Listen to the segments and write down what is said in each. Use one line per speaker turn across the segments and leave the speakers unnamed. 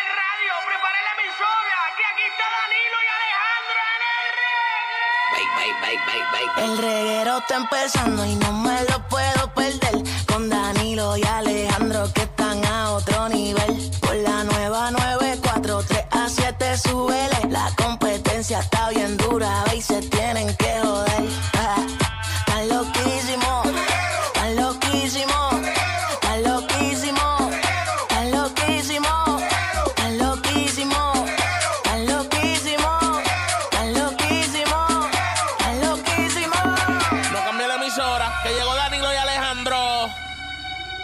el radio, preparé la emisora, que aquí está Danilo y Alejandro en el reggae.
El reguero está empezando y no me lo puedo perder. Con Danilo y Alejandro que están a otro nivel. Por la nueva 943 a 7 súbele. La competencia está bien dura ve, y se tienen que joder. Ah, Están loquísimos, están loquísimos, están loquísimos, están loquísimos, están loquísimos, están loquísimos, están loquísimos, están loquísimos.
No cambie la emisora, que llegó Danilo y Alejandro.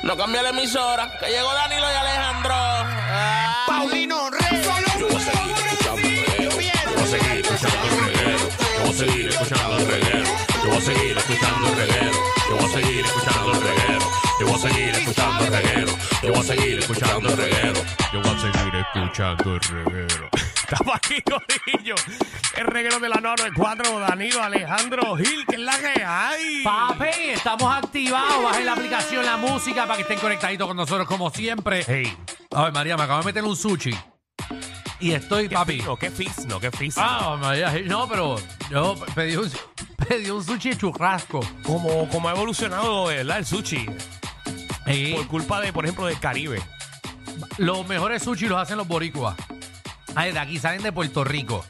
No cambie la emisora, que llegó Danilo y Alejandro. Ah.
Paulino Rey. Yo voy a seguir escuchando el reguero. Yo voy a seguir escuchando el reguero. Yo voy a seguir escuchando el reguero. Yo voy a seguir escuchando el reguero. Yo voy a seguir escuchando el reguero. Yo voy a seguir escuchando el reguero. Yo voy a seguir escuchando el reguero. Yo voy a seguir escuchando el reguero. Estamos aquí, Corillo. El reguero de la 994, Danilo Alejandro Gil, que es la que hay.
Papi, estamos activados. Bajen la aplicación, la música, para que estén conectaditos con nosotros como siempre.
Hey,
Ay, María, Ah, me acabo de meter un sushi. Y estoy, papi.
no, qué fisno, qué fisno.
Ah, María, Gil, no, pero yo pedí un, pedí un sushi de churrasco.
Como, como ha evolucionado ¿verdad? el sushi
Eh,
por culpa de, por ejemplo, del Caribe.
los mejores sushi los hacen los boricuas. Ay, de aquí salen de Puerto Rico.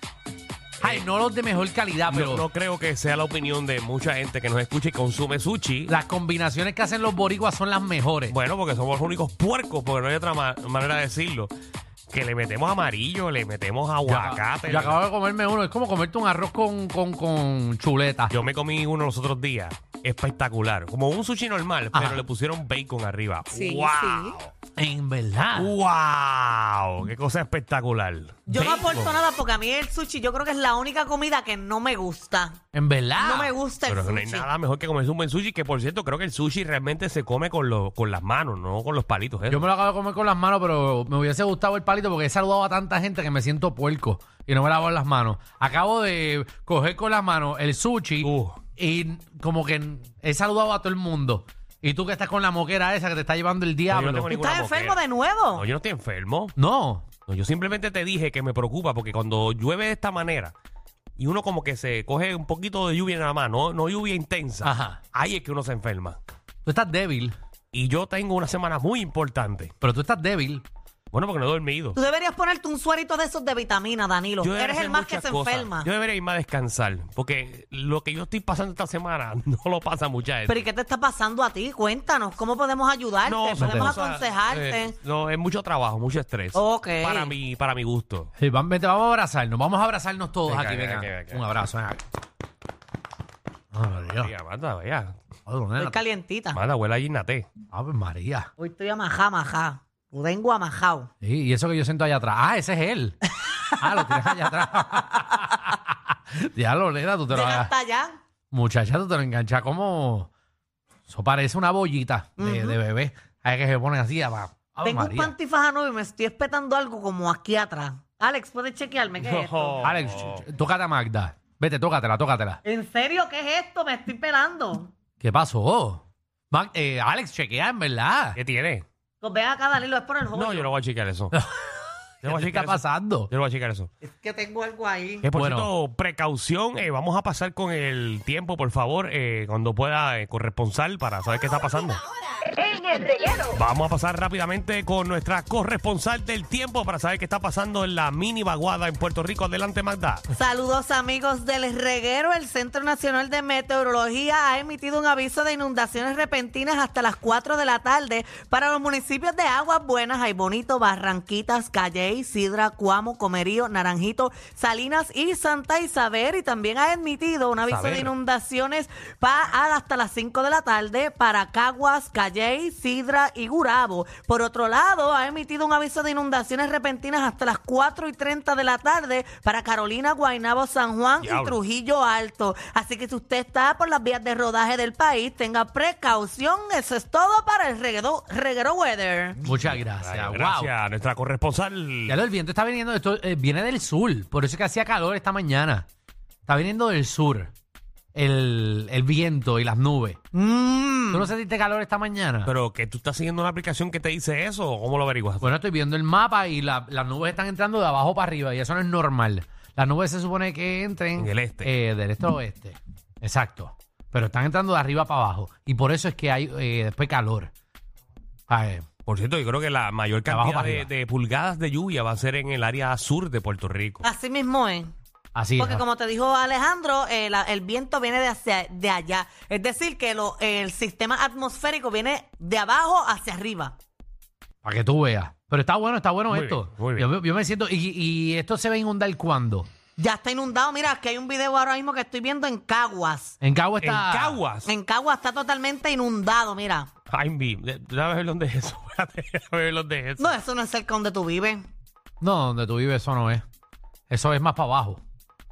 Ay, no los de mejor calidad, pero
No, no creo que sea la opinión de mucha gente que nos escucha y consume sushi.
las combinaciones que hacen los boricuas son las mejores.
Bueno, porque somos los únicos puercos, porque no hay otra ma- manera de decirlo. Que le metemos amarillo, le metemos aguacate.
Yo acabo de comerme uno. Es como comerte un arroz con, con, con chuleta.
Yo me comí uno los otros días. Espectacular. Como un sushi normal,
Ajá.
pero le pusieron bacon arriba.
Sí,
¡Wow!
En verdad.
¡Wow! ¡Qué cosa espectacular!
Yo no
Bacon.
aporto nada porque a mí el sushi yo creo que es la única comida que no me gusta.
En verdad.
no me gusta el
Pero no hay
sushi.
nada mejor que comerse un buen sushi, que por cierto, creo que el sushi realmente se come con, lo- con las manos, no con los palitos. ¿eh?
Yo me lo acabo de comer con las manos, pero me hubiese gustado el palito porque he saludado a tanta gente que me siento puerco y no me lavo las manos. Acabo de coger con las manos el sushi
Uh.
y como que he saludado a todo el mundo. Y tú que estás con la moquera esa que te está llevando el
No, yo no
diablo.
tengo
¿Tú
ninguna
estás
moquera.
enfermo de nuevo?
No, yo no estoy enfermo.
No.
No, yo simplemente te dije que me preocupa porque cuando llueve de esta manera y uno como que se coge un poquito de lluvia nada más, no, no lluvia intensa,
Ajá.
ahí es que uno se enferma.
Tú estás débil,
Y yo tengo una semana muy importante.
pero tú estás débil.
Bueno, porque no he dormido.
Tú deberías ponerte un suerito de esos de vitamina, Danilo.
Yo debería
Eres
hacer
el más que
muchas
se
cosas.
enferma.
Yo debería irme a descansar porque lo que yo estoy pasando esta semana no lo pasa mucha gente.
Pero ¿y qué te está pasando a ti? Cuéntanos, ¿cómo podemos ayudarte?
son
¿Podemos
cosas,
aconsejarte?
eh, no, es mucho trabajo, mucho estrés.
Ok.
Para mi, para mi gusto.
Sí, vam- vente, vamos a abrazarnos. Vamos a abrazarnos todos
Venga,
aquí.
venga,
Venga,
venga, venga.
un abrazo. venga. Ay, Dios.
Mira, manda, vaya.
Ay, nena.
Estoy calientita.
Manda, huele a ginate.
Ave María.
Hoy estoy amajá, amajá. Tengo amajado.
Sí, y eso que yo siento allá atrás. Ah, ese es él. Ah, lo tienes allá atrás. ya lo nena, tú te lo
Llega
hagas.
hasta allá.
Muchacha, tú te lo enganchas como. Eso parece una bollita de, de bebé. Hay que se ponen así abajo. Ave
Tengo un
María.
pantifajano y me estoy espetando algo como aquí atrás. Alex, ¿puedes chequearme qué es esto?
Alex, ch- ch- tócate a Magda. Vete, tócatela, tócatela.
¿En serio qué es esto? Me estoy pelando.
¿Qué pasó? Mag- eh, Alex, chequea, en verdad.
¿Qué tiene?
Pues ve acá, Danilo, es por el joven.
No, yo no voy a chequear eso. Yo no voy a
¿Qué
chequear
está
eso.
pasando?
Yo no voy a checar eso.
Es que tengo algo ahí.
Que por
Bueno.
cierto, precaución, eh, vamos a pasar con el tiempo, por favor, eh, cuando pueda eh, corresponsal para saber qué está pasando. Vamos a pasar rápidamente con nuestra corresponsal del tiempo para saber qué está pasando en la mini vaguada en Puerto Rico. Adelante, Magda.
Saludos amigos del reguero. El Centro Nacional de Meteorología ha emitido un aviso de inundaciones repentinas hasta las 4 de la tarde para los municipios de Aguas Buenas, Ay Bonito, Barranquitas, Calley, Sidra, Cuamo, Comerío, Naranjito, Salinas y Santa Isabel. Y también ha emitido un aviso
Saber.
de inundaciones pa- hasta las 5 de la tarde para Caguas, Calley, Sidra y Gurabo. Por otro lado, ha emitido un aviso de inundaciones repentinas hasta las 4 y 30 de la tarde para Carolina, Guaynabo, San Juan y
Diablo.
Trujillo Alto. Así que si usted está por las vías de rodaje del país, tenga precaución. Eso es todo para el reguero, reguero weather.
Muchas gracias.
Ay,
Wow.
Gracias a nuestra corresponsal.
Ya lo, el viento está viniendo, esto eh, viene del sur, por eso es que hacía calor esta mañana. Está viniendo del sur el, el viento y las nubes. ¿Tú no sentiste calor esta mañana?
Mm. Pero que tú estás siguiendo una aplicación que te dice eso, ¿o ¿cómo lo averiguas?
Bueno, estoy viendo el mapa y la- las nubes están entrando de abajo para arriba y eso no es normal. Las nubes se supone que entren
En el este.
eh, del este a oeste. Exacto. Pero están entrando de arriba para abajo y por eso es que hay eh, después calor. Ah, eh,
Por cierto, yo creo que la mayor
De abajo
cantidad
para
de,
arriba.
de pulgadas de lluvia va a ser en el área sur de Puerto Rico.
Así mismo es.
así
Porque
es.
como te dijo Alejandro, eh, la- el viento viene de, hacia, de allá. Es decir, que lo- el sistema atmosférico viene de abajo hacia arriba.
Para que tú veas. Pero está bueno, está bueno
Muy
esto.
bien, muy bien.
Yo, me- yo me siento. Y, y esto se va a inundar cuándo?
Ya está inundado. Mira, aquí hay un video ahora mismo que estoy viendo en Caguas.
En Cagua
En
está.
Caguas.
En Caguas está totalmente inundado, mira.
Ay, mi, de- déjame ver dónde es eso. espérate, déjame ver dónde es eso.
No, eso no es cerca donde tú vives.
No, donde tú vives, eso no es. Eso es más para abajo.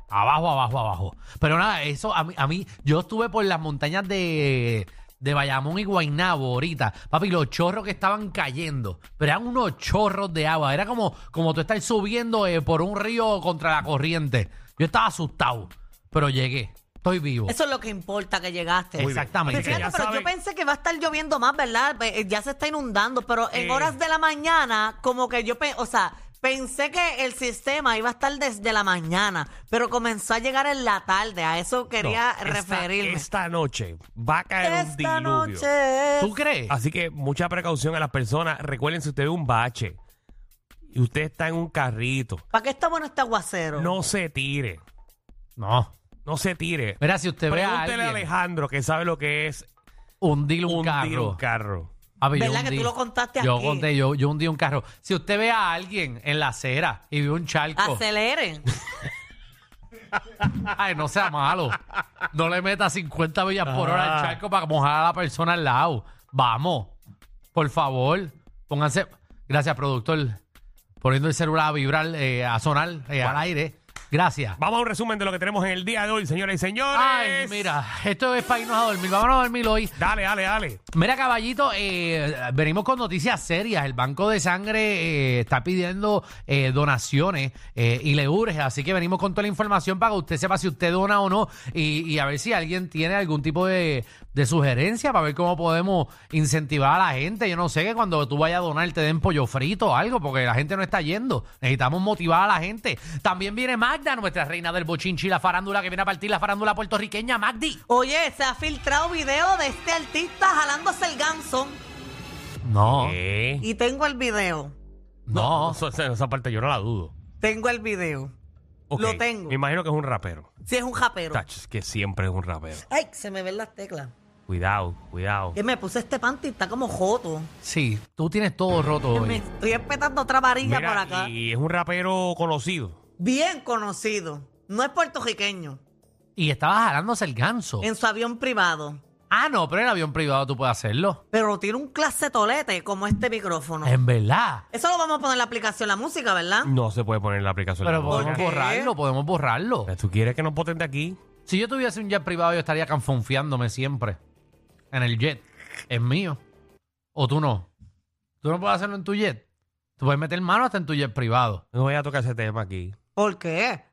Abajo, abajo, abajo. Pero nada, eso a mí, a mí yo estuve por las montañas de, de Bayamón y Guaynabo ahorita. Papi, los chorros que estaban cayendo. Pero eran unos chorros de agua. Era como, como tú estás subiendo eh, por un río contra la corriente. Yo estaba asustado, pero llegué. Estoy vivo.
Eso es lo que importa, que llegaste.
Muy bien.
Exactamente.
Pero fíjate,
ya
pero
saben.
yo pensé que va a estar lloviendo más, ¿verdad? Eh, eh, Ya se está inundando, pero en
Eh.
horas de la mañana, como que yo, pe- o sea, pensé que el sistema iba a estar desde la mañana, pero comenzó a llegar en la tarde, a eso
No,
quería
esta-
referirme.
Esta noche va a caer
Esta
un diluvio.
noche.
¿Tú crees?
Así que mucha precaución a las personas. Recuerden, si usted ve un bache y usted está en un carrito,
¿Para qué está bueno este aguacero?
no se tire.
No.
No se tire.
Mira, si usted ve a
Pregúntele a
alguien
Alejandro, que sabe lo que es
hundir un,
hundir
carro.
un carro.
Papi, yo
¿Verdad que
hundí-
tú lo contaste
Yo
aquí?
conté, yo, yo hundí un carro. Si usted ve a alguien en la acera y ve un
Ah,
charco,
Aceleren.
ay, no sea malo. No le meta 50 millas por hora
Ah.
al charco para mojar a la persona al lado. Vamos. Por favor, pónganse. Gracias, productor. Poniendo el celular a vibrar, eh, a sonar eh, al aire. Gracias.
Vamos a un resumen de lo que tenemos en el día de hoy, señoras y señores.
Ay, mira, esto es para irnos a dormir. Vámonos a dormir hoy.
Dale, dale, dale.
Mira, caballito, eh, venimos con noticias serias. El Banco de Sangre eh, está pidiendo eh, donaciones eh, y le urge, así que venimos con toda la información para que usted sepa si usted dona o no y, y a ver si alguien tiene algún tipo de, de sugerencia para ver cómo podemos incentivar a la gente. Yo no sé que cuando tú vayas a donar te den pollo frito o algo, porque la gente no está yendo. Necesitamos motivar a la gente. También viene Magda, nuestra reina del bochinchi, la farándula que viene a partir la farándula puertorriqueña, Magdi.
Oye, se ha filtrado video de este artista jalándose el ganso
No,
¿Qué?
y tengo el video.
Ah. no.
eso- esa, esa parte yo no la dudo.
Tengo el video.
Ok,
Lo tengo.
Me imagino que es un rapero.
Si es un japero.
Tach, es que siempre es un rapero.
Ay, se me ven las teclas.
Cuidado, cuidado.
Que me puse este panty, está como joto.
Sí, tú tienes todo roto
Me
hoy.
estoy espetando otra varilla
Mira,
por acá.
y es un rapero conocido.
Bien conocido. No es puertorriqueño.
Y estaba jalándose el ganso.
En su avión privado.
Ah, no, pero en el avión privado tú puedes hacerlo.
Pero tiene un clase tolete como este micrófono.
En verdad.
Eso lo vamos a poner en la aplicación la música, ¿verdad?
No se puede poner en la aplicación.
Pero
de
podemos
música.
qué?
borrarlo, podemos borrarlo.
¿Tú quieres que nos voten de aquí?
Si yo tuviese un jet privado, yo estaría canfonfiándome siempre. En el jet. Es mío. O tú no. Tú no puedes hacerlo en tu jet. Tú puedes meter mano hasta en tu jet privado.
No voy a tocar ese tema aquí.
¿Por qué?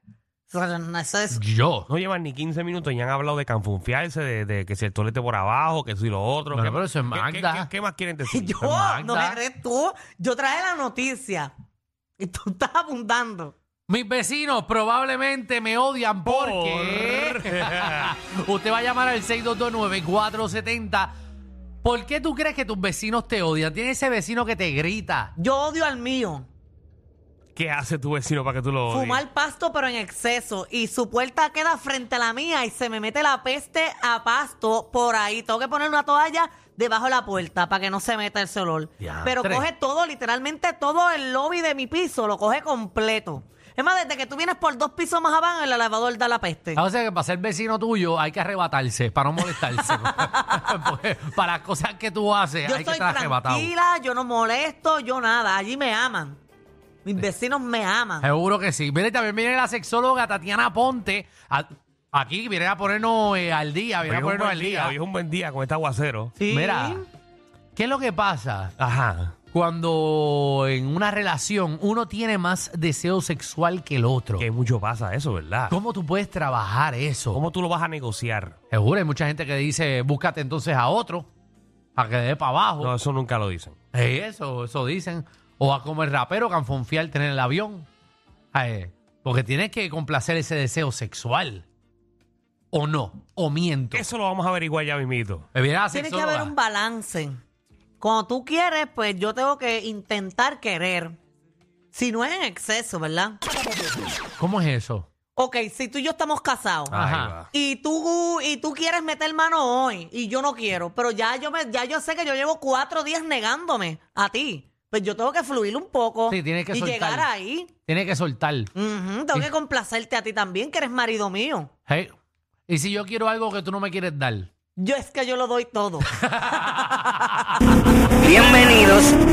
Eso no- eso es-
Yo.
No llevan ni 15 minutos y ya han hablado de canfunfiarse, de, de que si el tolete por abajo, que si lo otro.
Bueno,
¿Qué
pero
más-
eso es
qué- qué-
Magda.
qué- qué más quieren decir?
Yo,
Magda.
no me crees tú. Yo traje la noticia. Y tú estás abundando.
Mis vecinos probablemente me odian porque usted va a llamar al 6229470. ¿Por qué tú crees que tus vecinos te odian? Tiene ese vecino que te grita.
Yo odio al mío.
¿Qué hace tu vecino para que tú lo odies?
Fumar pasto pero en exceso y su puerta queda frente a la mía y se me mete la peste a pasto por ahí. Tengo que poner una toalla debajo de la puerta para que no se meta ese olor.
Diantre.
Pero coge todo, literalmente todo el lobby de mi piso, lo coge completo. Es más, desde que tú vienes por dos pisos más abajo, el elevador da la peste.
O sea, que para ser vecino tuyo hay que arrebatarse, para no molestarse. Porque para las cosas que tú haces
Yo
hay que
estoy
estar arrebatado.
tranquila, yo no molesto, yo nada. Allí me aman. Mis vecinos me aman.
Seguro que sí. Mire, también viene la sexóloga Tatiana Ponte. A- aquí viene a ponernos eh, al día,
Hoy
viene
es
a
un
ponernos
buen
al
día,
día.
hoy es un buen día con este aguacero.
Sí.
Mira, ¿qué es lo que pasa
Ajá.
cuando en una relación uno tiene más deseo sexual que el otro?
Que mucho pasa eso, ¿verdad?
¿Cómo tú puedes trabajar eso?
¿Cómo tú lo vas a negociar?
Seguro, hay mucha gente que dice, búscate entonces a otro, a que dé para abajo.
No, eso nunca lo dicen.
Eh, Eso, eso dicen. O a como el rapero canfonfiar tener el avión. Eh, porque tienes que complacer ese deseo sexual. O no, o miento.
Eso lo vamos a averiguar ya mismito.
Me viene la
Tiene que
sexóloga.
haber un balance. Cuando tú quieres, pues yo tengo que intentar querer. Si no es en exceso, ¿verdad?
¿Cómo es eso?
Ok, si tú y yo estamos casados.
Ajá.
Ahí va.
Y tú, y tú quieres meter mano hoy y yo no quiero, pero ya yo me, ya yo sé que yo llevo cuatro días negándome a ti. Pues yo tengo que fluir un poco
Sí, tienes que
y
soltar.
llegar ahí.
Tiene que soltar.
Ujú, tengo
Sí.
que complacerte a ti también, que eres marido mío.
Hey, Eh, Y si yo quiero algo que tú no me quieres dar.
Yo es que yo lo doy todo.
Bienvenidos